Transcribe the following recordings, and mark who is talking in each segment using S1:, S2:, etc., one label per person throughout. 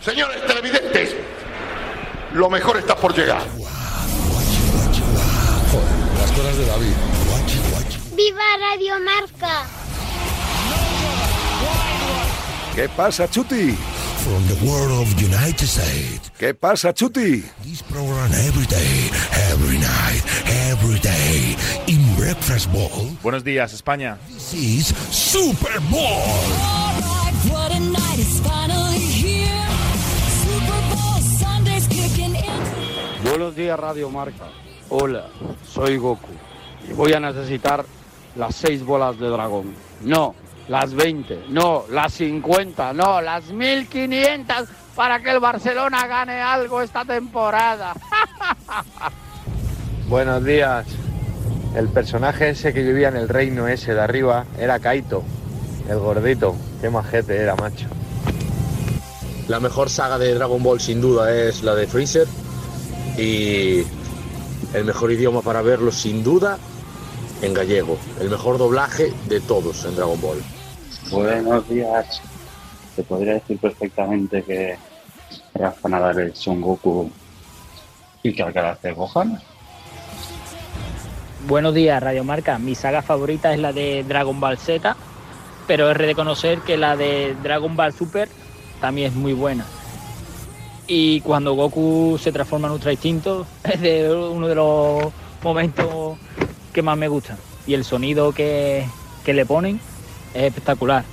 S1: Señores televidentes, lo mejor está por llegar.
S2: Joder, las cosas de David.
S3: ¡Viva Radio Marca!
S4: ¿Qué pasa, Chuti?
S2: From the world of United States.
S4: ¿Qué pasa, Chuti?
S2: This program every day, every night, every day. In Breakfast Ball,
S5: Buenos días, España.
S2: this is Super Bowl.
S6: Alright, what a night is finally here. Super Bowl Sunday's kicking in.
S7: Buenos días, Radio Marca. Hola, soy Goku. Y voy a necesitar las seis bolas de dragón. No, las 20, no, las 50, no, las 1500 para que el Barcelona gane algo esta temporada.
S8: Buenos días. El personaje ese que vivía en el reino ese de arriba era Kaito, el gordito. Qué majete era, macho.
S9: La mejor saga de Dragon Ball sin duda es la de Freezer y el mejor idioma para verlo sin duda en gallego, el mejor doblaje de todos en Dragon Ball.
S10: Buenos días. Te podría decir perfectamente que era fanada del Son Goku y que Alcaraz de Gohan.
S11: Buenos días, Radio Marca. Mi saga favorita es la de Dragon Ball Z, pero es reconocer que la de Dragon Ball Super también es muy buena. Y cuando Goku se transforma en Ultra Instinto es de uno de los momentos que más me gustan. Y el sonido que, que le ponen es espectacular.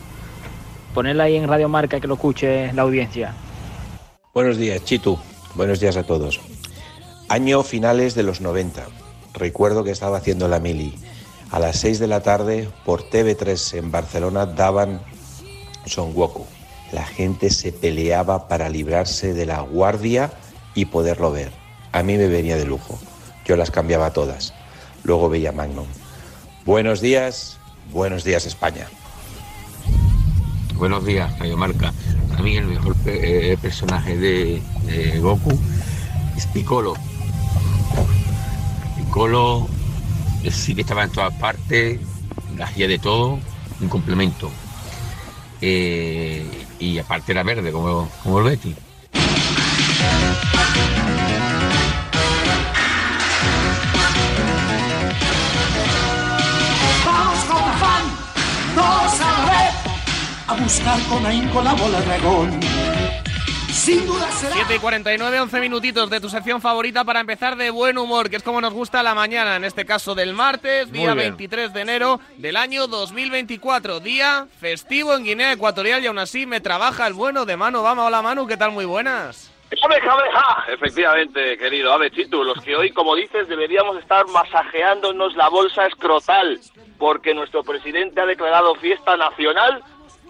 S11: Ponerla ahí en Radio Marca que lo escuche la audiencia.
S12: Buenos días, Chitu. Buenos días a todos. Año finales de los 90. Recuerdo que estaba haciendo la mili. A las 6 de la tarde, por TV3 en Barcelona, daban Son Goku. La gente se peleaba para librarse de la guardia y poderlo ver. A mí me venía de lujo. Yo las cambiaba todas. Luego veía Magnum. Buenos días, buenos días España.
S9: Buenos días, Radio Marca. A mí el mejor pe- eh, personaje de, de Goku es Piccolo. Piccolo eh, sí que estaba en todas partes, hacía de todo, un complemento. Eh, y aparte era verde, como, como el Betty.
S8: A buscar con ahínco la bola dragón. Sin duda será.
S13: 7 y 49, 11 minutitos de tu sección favorita para empezar de buen humor, que es como nos gusta la mañana, en este caso del martes,
S5: Muy
S13: día
S5: bien.
S13: 23 de enero del año 2024, día festivo en Guinea Ecuatorial y aún así me trabaja el bueno de Manu Obama. Hola Manu, ¿qué tal? Muy buenas.
S9: Efectivamente, querido Abechito, los que hoy, como dices, deberíamos estar masajeándonos la bolsa escrotal, porque nuestro presidente ha declarado fiesta nacional.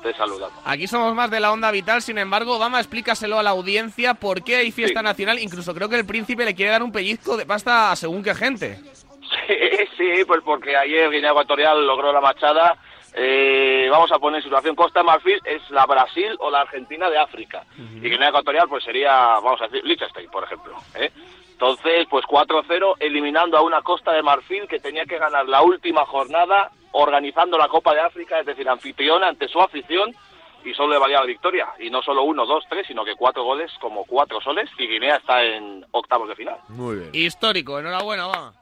S9: Te saludamos.
S13: Aquí somos más de la onda vital, sin embargo, Obama, explícaselo a la audiencia por qué hay fiesta nacional. Incluso creo que el príncipe le quiere dar un pellizco de pasta a según qué gente.
S9: Sí, sí, pues porque ayer Guinea Ecuatorial logró la machada. Eh, vamos a poner en situación Costa de Marfil es la Brasil o la Argentina de África y Guinea Ecuatorial pues sería vamos a decir Liechtenstein por ejemplo ¿eh? entonces pues 4-0 eliminando a una Costa de Marfil que tenía que ganar la última jornada organizando la Copa de África es decir anfitriona ante su afición y solo le valía la victoria y no solo uno dos tres sino que cuatro goles como cuatro soles y Guinea está en octavos de final
S5: Muy bien.
S13: Histórico, enhorabuena, Obama.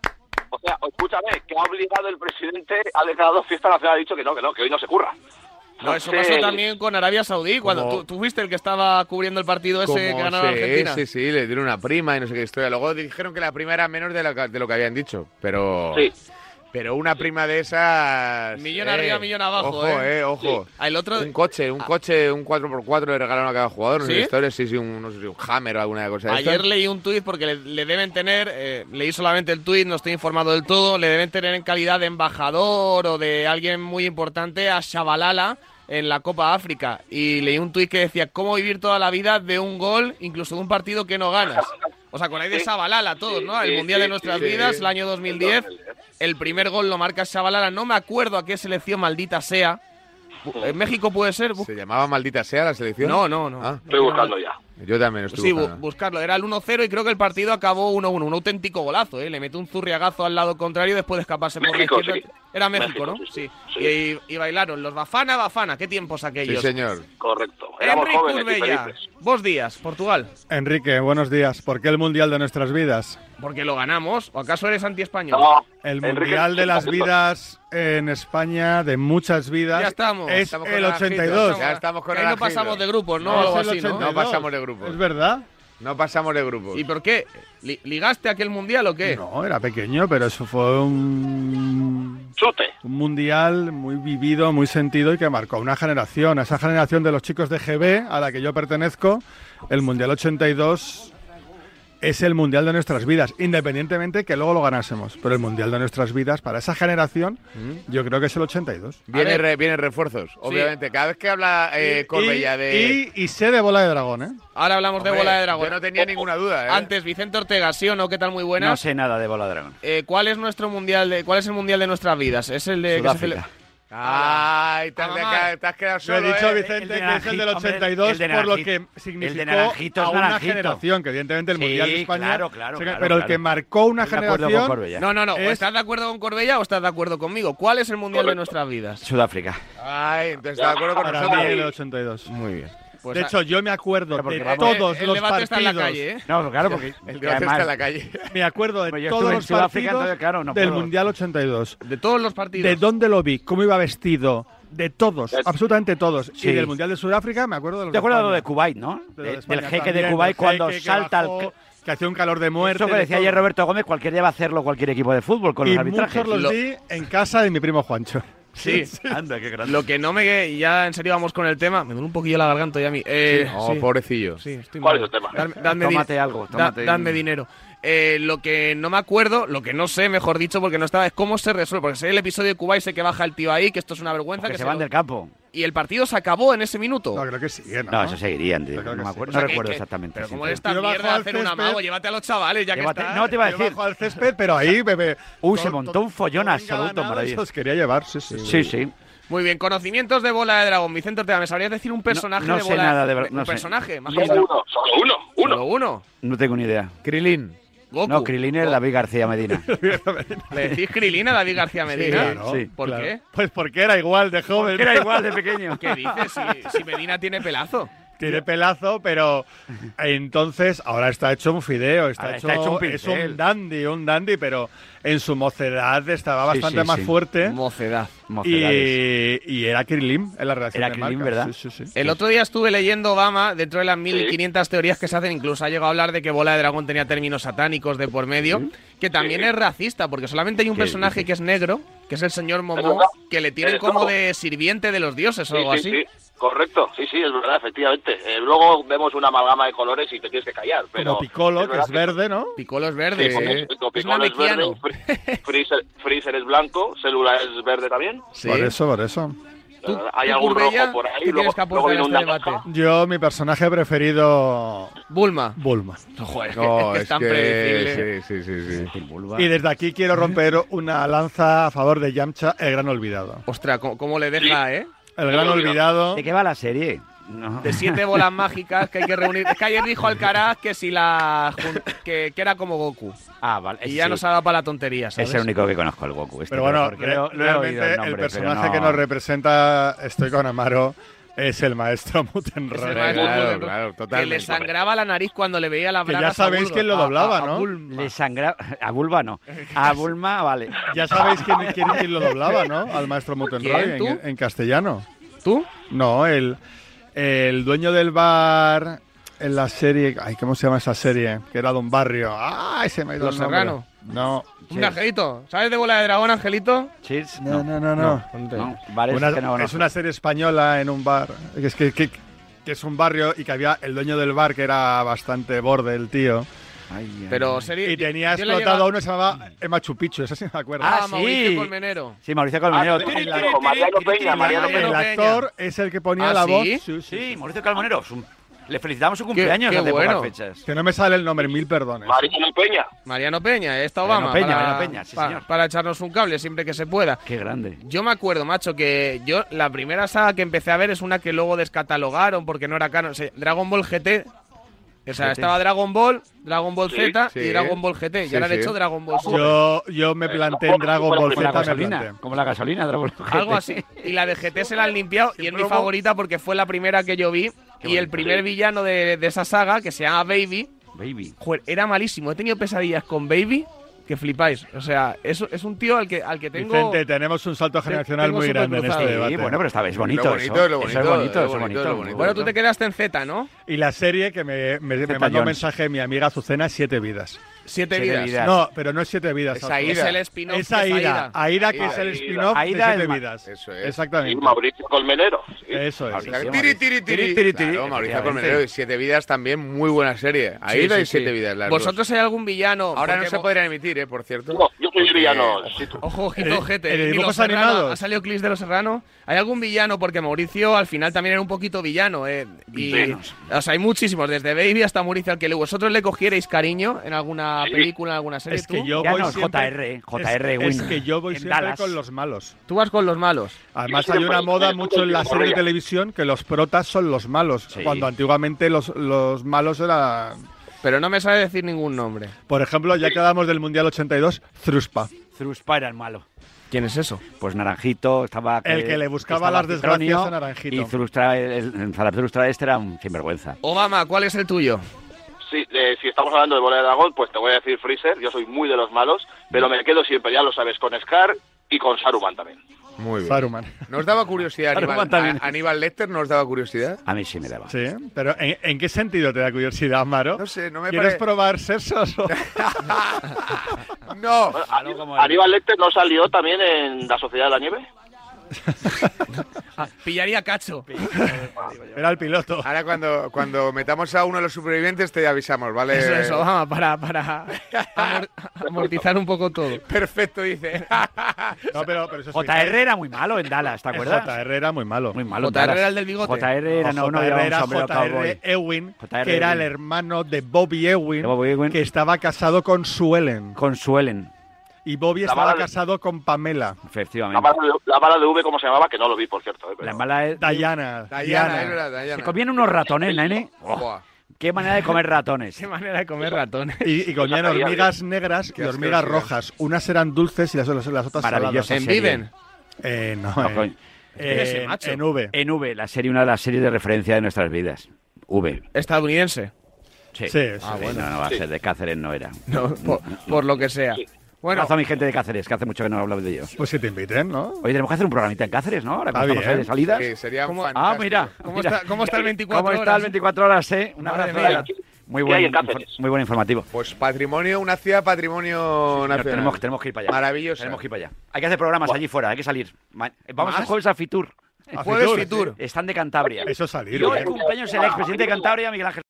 S9: o sea, escúchame, que ha obligado el presidente, ha declarado fiesta nacional, ha dicho que no, que no, que hoy no se curra.
S13: No, eso
S9: Sí.
S13: pasó también con Arabia Saudí, cuando
S5: Como-
S13: tú, tú fuiste el que estaba cubriendo el partido ese que ganaba
S5: sí,
S13: Argentina.
S5: Sí, sí, le dieron una prima y no sé qué historia. Luego dijeron que la prima era menos de lo que, de lo que habían dicho, pero...
S9: Sí.
S5: Pero una prima de esas...
S13: Millón
S5: eh,
S13: arriba, millón abajo.
S5: Ojo,
S13: eh.
S5: eh, ojo.
S13: Ah, El otro,
S5: Un coche, un coche, un 4x4 le regalaron a cada jugador, no sé
S13: ¿Sí?
S5: qué historia, sí, sí, un, no sé si un Hammer o alguna cosa de
S13: ayer
S5: estas.
S13: leí un tuit porque le, le deben tener, eh, leí solamente el tuit, no estoy informado del todo, le deben tener en calidad de embajador o de alguien muy importante a Shabalala en la Copa África. Y leí un tuit que decía, ¿cómo vivir toda la vida de un gol, incluso de un partido que no ganas? Os acordáis de
S9: Sí,
S13: Shabalala todos,
S9: sí,
S13: ¿no? El
S9: sí,
S13: Mundial
S9: sí,
S13: de nuestras
S5: sí, sí.
S13: vidas, el año 2010. El primer gol lo marca Shabalala. No me acuerdo a qué selección maldita sea. Bu- eh, México puede ser. Bu-
S5: ¿Se llamaba Maldita Sea la selección?
S13: No, no, no.
S5: Ah,
S9: Estoy buscando ya.
S5: yo también estuve
S13: Sí, bu- buscarlo. Era el 1-0 y creo que el partido acabó 1-1. Un auténtico golazo, ¿eh? Le metió un zurriagazo al lado contrario después de escaparse por la
S9: México,
S13: izquierda.
S5: Era México,
S10: México,
S5: ¿no?
S10: sí,
S5: Sí.
S10: sí.
S5: Y, y bailaron los Bafana, Bafana. ¿Qué tiempos aquellos?
S14: señor.
S10: Correcto. Éramos
S5: Henry
S10: jóvenes y
S5: Curbella.
S10: felices.
S5: Vos días, Portugal.
S12: Enrique, buenos días. ¿Por qué el Mundial de nuestras vidas?
S5: Porque lo ganamos. ¿O acaso eres anti-español?
S12: El
S5: Enrique,
S12: Mundial de las vidas en España, de muchas vidas,
S5: Ya estamos.
S12: es
S5: estamos con
S12: el
S5: el ajito,
S12: 82.
S14: Ya estamos con
S5: Que ahí
S14: el
S5: no pasamos
S14: ajito.
S5: de grupos, ¿no?
S14: Es
S5: Algo
S14: el
S5: así, ¿no?
S14: 82. No pasamos de grupos.
S12: ¿Es verdad?
S14: No pasamos de grupos.
S5: ¿Y por qué? ¿Li- ¿Ligaste aquel mundial o qué?
S12: No, era pequeño, pero eso fue un... Un mundial muy vivido, muy sentido y que marcó una generación. A esa generación de los chicos de GB, a la que yo pertenezco, el Mundial 82 es el Mundial de nuestras vidas, independientemente que luego lo ganásemos. Pero el Mundial de nuestras vidas, para esa generación, yo creo que es el 82.
S14: Vienen, re- vienen refuerzos, obviamente. Cada vez que habla eh, Corbella de.
S12: Y, y sé de bola de dragón, ¿eh?
S5: Ahora hablamos de
S14: Hombre,
S5: bola de dragón.
S14: yo no tenía ninguna duda, ¿eh?
S5: Antes, Vicente Ortega, ¿sí o no? ¿Qué tal? Muy buenas.
S13: No sé nada de Bola Dragón.
S5: Eh, ¿Cuál es nuestro mundial de, cuál es el mundial de nuestras vidas? Es el de que se
S13: Sudáfrica.
S5: cele-
S14: Ay, te, has
S5: mamá.
S14: quedado- te has quedado
S12: Lo he
S14: solo.
S12: dicho,
S14: ¿eh?
S12: Vicente, que es el del
S13: naranjito, hombre,
S12: 82,
S13: el de
S12: por lo
S13: naranjito. El
S12: que
S13: de
S12: significó
S13: naranjito es
S12: a una
S13: naranjito.
S12: generación, que evidentemente el
S13: Sí,
S12: Mundial de España...
S13: claro, claro,
S12: se-
S13: claro,
S12: pero el
S13: claro.
S12: que marcó una
S13: Estoy de acuerdo con Corbella.
S12: generación...
S5: No, no, no.
S12: es-
S5: ¿Estás de acuerdo con Corbella o estás de acuerdo conmigo? ¿Cuál es el mundial de nuestras vidas?
S13: Sudáfrica.
S14: Ay, entonces está de acuerdo con
S12: Para
S14: nosotros.
S12: mí el 82. Muy bien.
S14: Pues
S12: de
S14: a-
S12: hecho, yo me acuerdo
S14: porque
S12: de
S14: vamos-
S12: todos
S14: el- el
S12: los
S14: debate
S12: partidos.
S14: está en la calle, ¿eh?
S13: No, claro, porque-
S14: El debate está en la calle.
S12: Me acuerdo de
S13: Pues yo
S12: todos
S13: estuve en
S12: los
S13: Sudáfrica,
S12: partidos
S13: entonces, claro, no
S12: del
S13: puedo.
S12: Mundial 82.
S5: De todos los partidos.
S12: De Eh, dónde lo vi, cómo iba vestido, de todos, absolutamente todos.
S13: Sí.
S12: Y del Mundial de Sudáfrica me acuerdo de los
S13: ¿Te acuerdas de lo de
S12: España.
S13: Kuwait, no?
S12: De lo
S13: De-
S12: de España
S13: del jeque
S12: también,
S13: de Kuwait
S12: del
S13: cuando
S12: jeque que
S13: salta
S12: bajó,
S13: al...
S12: Que hacía un calor de muerte.
S13: Eso que
S12: de
S13: decía
S12: todo.
S13: ayer Roberto Gómez, cualquier día va a hacerlo cualquier equipo de fútbol con
S12: y
S13: los arbitrajes.
S12: muchos los vi en casa de mi primo Juancho.
S5: Sí.
S13: Anda, qué grande.
S5: Lo que no me y ya en serio vamos con el tema. Me duele un poquillo la garganta ya a mí. Eh,
S14: Sí. Oh,
S5: sí.
S14: pobrecillo.
S5: Sí, estoy
S14: ¿Cuál
S5: mal.
S14: es el tema?
S5: Dadme- dadme
S14: Tómate
S5: din-
S14: algo,
S5: da-
S14: tómate
S5: dadme
S14: un-
S5: dinero. Eh, lo que no me acuerdo, lo que no sé, mejor dicho, porque no estaba, es cómo se resuelve. Porque sé el episodio de Cuba y sé que baja el tío ahí, que esto es una vergüenza.
S13: que se
S5: se
S13: van
S5: lo-
S13: del campo.
S5: Y el partido se acabó en ese minuto.
S12: No, creo que sí. ¿eh?
S13: No, eso seguirían. tío. No, me acuerdo,
S5: O sea,
S13: no
S5: que-
S13: recuerdo
S5: que-
S13: exactamente.
S5: Pero
S13: sí,
S5: como
S13: sí.
S5: esta
S12: Tío, bajo
S5: mierda
S12: al
S5: hacer un
S12: césped.
S5: amago, llévate a los chavales, ya
S13: Llévate-
S5: que está.
S13: no, te iba a decir.
S12: Bajo al césped, pero ahí, bebé.
S13: Uy, se montó un follón absoluto,
S12: Ganado,
S13: maravilloso.
S12: esos quería llevar, sí, sí.
S13: Sí, sí.
S5: Muy bien, conocimientos de bola de dragón. Vicente Ortega, ¿me sabrías decir un personaje
S13: no
S5: de
S13: sé
S5: bola
S13: nada de ver-
S5: Un
S13: no sé.
S5: personaje, más
S13: Solo
S5: o menos.
S13: uno,
S5: solo uno, uno. uno.
S13: No tengo ni idea.
S14: Krilin.
S13: No, Krilin era David García Medina.
S5: ¿Le decís Krilina a David García Medina?
S13: claro, sí.
S5: ¿Por
S13: claro.
S5: qué?
S12: Pues porque era igual de joven.
S13: Porque era igual de pequeño.
S5: ¿Qué dices? Si, si Medina tiene pelazo.
S12: Tiene pelazo, pero entonces ahora está hecho un fideo, está,
S13: Ahora
S12: hecho,
S13: está hecho un
S12: es
S13: pincel.
S12: un dandy, un dandy, pero en su mocedad estaba
S13: Sí,
S12: bastante
S13: sí,
S12: más
S13: sí.
S12: fuerte.
S5: Mocedad.
S12: Y, y era Kirlim en la relación
S13: Era
S12: de
S13: Krilin,
S12: marcas.
S13: ¿verdad?
S12: Sí, sí, sí.
S5: El otro día estuve leyendo Obama dentro de las 1500 teorías que se hacen, incluso ha llegado a hablar de que Bola de Dragón tenía términos satánicos de por medio, que también es racista, porque solamente hay un
S13: ¿Qué
S5: personaje que es negro, que es el señor
S10: Es
S5: Momo,
S10: verdad.
S5: que le tienen
S10: Es
S5: como
S10: verdad.
S5: de sirviente de los dioses o algo
S10: sí,
S5: así.
S10: sí, correcto. Sí, sí, es verdad, efectivamente. Eh, luego vemos una amalgama de colores y te tienes que callar. Pero
S12: Como Piccolo, que
S10: verdad
S12: es verde, ¿no?
S5: Piccolo es
S10: Sí,
S5: verde.
S10: como-
S5: ¿eh?
S10: como
S5: Es
S10: Piccolo es verde,
S5: namekiano.
S10: Fre- Freezer, Freezer es blanco, Célula es verde también.
S12: Por eso, por eso.
S10: Hay
S5: tú,
S10: algún
S5: Curbella,
S10: rojo por ahí.
S5: ¿qué
S10: Luego,
S5: tienes que aportar
S10: luego viene
S5: a
S10: un
S5: este
S10: naranja.
S5: debate?
S12: Yo, mi personaje preferido.
S5: Bulma.
S12: Bulma.
S5: Joder,
S14: No,
S5: es que es tan predecible.
S14: Sí, sí, sí. sí.
S12: Y desde aquí quiero romper una lanza a favor de Yamcha, Eh, el gran olvidado.
S5: Ostras, ¿cómo, cómo le deja, eh?
S12: El gran olvidado.
S13: ¿De qué va la serie? No.
S5: De siete bolas mágicas que hay que reunir. Es que ayer dijo Alcaraz que si la jun- que, que era como Goku.
S13: Ah, vale.
S5: Y ya
S13: sí.
S5: nos ha dado para la tontería, ¿sabes?
S13: Es el único que conozco, el Goku. este,
S12: Pero bueno,
S13: porque
S12: re-
S13: lo- lo he oído
S12: realmente el
S13: nombre, pero
S12: personaje
S13: no-
S12: que nos representa, estoy con Amaro, es el maestro Mutenrock.
S5: el maestro Claro, Mutenrock.
S14: Claro,
S5: Que le
S14: totalmente.
S5: sangraba la nariz cuando le veía la
S12: Que ya
S5: braga.
S12: sabéis quién lo doblaba, ¿no?
S13: Le sangra... A Bulba no. A Bulma, vale.
S12: Ya sabéis quién, quién, quién lo doblaba, ¿no? Al maestro Mutenrock
S13: ¿Quién,
S12: en,
S13: tú?
S12: en castellano.
S5: ¿Tú?
S12: No, el, el dueño del bar en la serie. Ay, ¿Cómo se llama esa serie? Que era de un barrio. ¡Ay, se me ha ido
S5: Los
S12: el nombre.
S5: Serrano.
S12: No.
S5: Un angelito. ¿Sabes de bola de dragón, angelito?
S13: Cheers.
S12: No, no, no, no.
S13: Vale,
S12: Una-
S13: es que no
S12: es
S13: conozco.
S12: una serie española en un bar. que Es que, que- que es un barrio y que había el dueño del bar que era bastante borde el tío.
S5: Pero serie.
S12: y tenía
S5: yo la
S12: explotado
S5: lleva-
S12: a uno que se llamaba eh, Machu Picchu, esa sí me acuerdo.
S5: Ah, Mauricio Colmenero.
S13: Sí, Mauricio Colmenero.
S12: Ah,
S13: tiri,
S12: el
S13: tiri,
S12: actor-
S13: tiri, tiri, tiri,
S12: el
S13: tiri, tiri.
S12: actor es el que ponía
S13: ¿Ah,
S12: la
S13: sí?
S12: voz.
S13: Sí, Mauricio Colmenero. es un- Le felicitamos su cumpleaños
S5: qué
S13: hace
S5: bueno.
S13: pocas fechas.
S12: Que no me sale el nombre, mil perdones.
S10: Mariano Peña.
S5: Mariano Peña, esta
S13: Mariano
S5: Obama.
S13: Peña,
S5: para,
S13: Mariano Peña, sí,
S5: para-
S13: señor.
S5: para echarnos un cable siempre que se pueda.
S13: Qué grande.
S5: Yo me acuerdo, macho, que yo la primera saga que empecé a ver es una que luego descatalogaron porque no era canon. Se- Dragon Ball GT O sea, estaba Dragon Ball, Dragon Ball
S10: Sí.
S5: Z y
S10: Sí.
S5: Dragon Ball GT.
S10: Sí,
S5: y ahora han
S10: sí.
S5: hecho Dragon Ball Super.
S10: Yo, yo me
S13: Eh,
S10: planté en Dragon Ball
S13: Como la
S10: Z. me
S13: gasolina,
S10: planté.
S13: como la gasolina, Dragon Ball
S5: Algo
S13: GT.
S5: así. Y la de GT se la han limpiado y es mi favorita porque fue la primera que yo vi. Y el primer villano de, de esa saga, que se llama Baby,
S13: Baby.
S5: joder, era malísimo. He tenido pesadillas con Baby que flipáis. O sea, es, es un tío al que, al que tengo…
S10: Vicente, tenemos un salto generacional muy grande en este debate.
S13: bonito eso. Eso es bonito, eso es bonito.
S5: Bueno, tú te quedaste en Z, ¿no?
S10: Y la serie que me, me- me
S5: Zeta
S10: mandó
S5: Jones.
S10: un mensaje mi amiga Azucena, Siete Vidas.
S5: Siete Siete Vidas.
S13: Ah,
S5: Vidas.
S10: No, pero no es Siete Vidas.
S5: Es
S10: Azucena.
S5: Aida. Es el spin-off
S10: Es
S5: que es
S10: Aida.
S5: Aida.
S10: Aida, que es el
S5: Aida.
S10: spin-off de
S5: Aida
S10: Siete
S5: es ma-
S10: Vidas.
S1: Eso
S5: es.
S9: Y
S10: Exactamente.
S9: Mauricio Colmenero.
S10: Eso es.
S1: Claro, Tiri, tiri, tiri.
S10: Tiri, tiri, tiri.
S1: Claro, Mauricio
S10: Efectivamente.
S1: Colmenero y Siete Vidas también, muy buena serie. Ahí
S5: Sí,
S1: hay
S5: sí,
S1: Siete
S5: sí.
S1: Vidas. las dos.
S5: ¿Vosotros hay algún villano?
S1: Ahora no
S5: Porque
S1: se
S5: mo-
S1: podrían emitir, ¿eh? Por cierto.
S5: No,
S9: yo soy
S5: villano.
S1: Ojo,
S5: Ojito, ojete.
S1: en
S5: Y los
S1: dibujos
S5: Serrano,
S1: animados.
S5: Ha salido clips de los Serrano. ¿Hay algún villano? Porque Mauricio al final también era un poquito villano. eh, Y,
S13: Villanos.
S5: o sea, hay muchísimos, desde Baby hasta Mauricio, al que le- vosotros le cogierais cariño en alguna película, en alguna serie.
S10: Es que
S5: ¿tú?
S10: yo voy
S13: JR,
S10: siempre,
S13: JR
S10: es, es
S13: Winner.
S10: que yo voy
S13: En
S10: siempre
S13: Dallas.
S10: con los malos.
S5: Tú vas con los malos.
S10: Además hay una moda mucho en la serie de televisión que los protas son los malos, cuando antiguamente los, los malos eran...
S5: Pero no me sabe decir ningún nombre.
S10: Por ejemplo, ya que hablamos del Mundial 82, Zruspa.
S13: Zruspa era el malo.
S5: ¿Quién es eso?
S13: Pues Naranjito, estaba...
S10: El que le buscaba
S13: estaba
S10: las desgracias
S13: Citronio,
S10: a Naranjito.
S13: Y Zrustra, el, el- Zaratustra este era un sinvergüenza.
S5: Obama, ¿cuál es el tuyo?
S9: Sí, eh, si estamos hablando de bola de dragón, pues te voy a decir Freezer. Yo soy muy de los malos, pero me quedo siempre, ya lo sabes, con Scar y con Saruman también.
S1: Muy bien.
S10: Saruman.
S1: Nos daba curiosidad,
S10: Saruman
S1: Aníbal,
S10: también.
S1: a- Aníbal Lecter nos daba curiosidad.
S13: A mí sí me daba.
S10: Sí, pero ¿en, en qué sentido te da curiosidad, Amaro? No
S1: sé, no me
S10: ¿Quieres
S1: pare-
S10: probar sesos? o-
S1: ¡No!
S9: Aníbal Lecter no salió también en La Sociedad de la Nieve.
S5: Pillaría cacho.
S10: Era el piloto.
S1: Ahora cuando, cuando metamos a uno de los supervivientes te avisamos, ¿vale?
S5: Eso es, Obama, para, para amor- amortizar un poco todo.
S1: Perfecto, dice.
S10: No, pero, pero eso es
S13: JR era muy malo en Dallas, ¿te acuerdas?
S10: JR era muy malo.
S13: Muy malo en
S10: JR era
S13: Dallas.
S10: el del bigote.
S13: JR era, no, no,
S10: JR
S13: llevaba un
S10: era
S13: sombrero
S10: JR
S13: cowboy.
S10: Ewing,
S13: JR
S10: que era el
S13: Ewing.
S10: hermano de Bobby Ewing,
S13: De Bobby Ewing.
S10: que estaba casado con Suelen.
S13: Con Suelen.
S10: Y Bobby
S9: La
S10: estaba
S9: mala-
S10: casado con Pamela.
S9: La
S13: Efectivamente.
S9: bala, de, la bala de V, ¿cómo se llamaba? Que no lo vi, por cierto. eh,
S10: pues.
S9: pero-
S13: La mala es...
S10: Diana.
S1: Diana, es verdad, Diana.
S13: Se comían unos ratones, nene. Oh, qué manera de comer ratones.
S5: Qué manera de comer ratones.
S10: Y, y comían hormigas negras y
S13: Qué
S10: hormigas
S13: asquerosidad.
S10: rojas. Unas eran dulces y las, las- las otras saladas.
S13: Maravillosa ¿En serie. Viven?
S10: Eh, no,
S13: No,
S10: eh.
S13: coño.
S10: Eh,
S5: Ese macho.
S10: en V.
S13: En V, la serie, una de las series de referencia de nuestras vidas. V.
S5: Estadounidense.
S13: Sí.
S10: Sí,
S5: Ah,
S13: Sí,
S5: bueno.
S13: No, no va a
S5: Sí.
S13: ser de Cáceres, no era.
S5: No, por, por lo que sea.
S13: Bueno. a mi gente de Cáceres, que hace mucho que no hablamos de ellos.
S10: Pues si te inviten, ¿no?
S13: Oye, tenemos que hacer un programita en Cáceres, ¿no? Ahora que
S10: Está
S13: estamos
S10: bien.
S13: ahí de salidas.
S1: Sí, sería
S13: Ah,
S1: fantástico.
S13: mira.
S5: ¿Cómo,
S13: mira.
S5: Está, ¿Cómo está el 24
S13: ¿Cómo está el
S5: horas?
S13: 24 horas, eh? Un
S5: Madre
S13: abrazo.
S5: mía.
S13: Muy
S5: ¿Qué
S13: buen,
S5: hay en
S13: infor-
S5: Cáceres?
S13: muy buen informativo.
S1: Pues patrimonio, una ciudad patrimonio
S13: Señor,
S1: nacional.
S13: tenemos, que- tenemos que ir para allá.
S1: Maravillosa.
S13: Tenemos que ir para allá. Hay que hacer programas allí fuera, hay que salir. Ma- Vamos el
S1: ¿Más?
S13: jueves a Fitur.
S10: A Jueves Fitur.
S13: Están de Cantabria.
S10: Eso es salir.
S13: Y hoy
S10: bien.
S5: ¿eh?
S13: cumpleaños el expresidente de Cantabria, Miguel Ángel.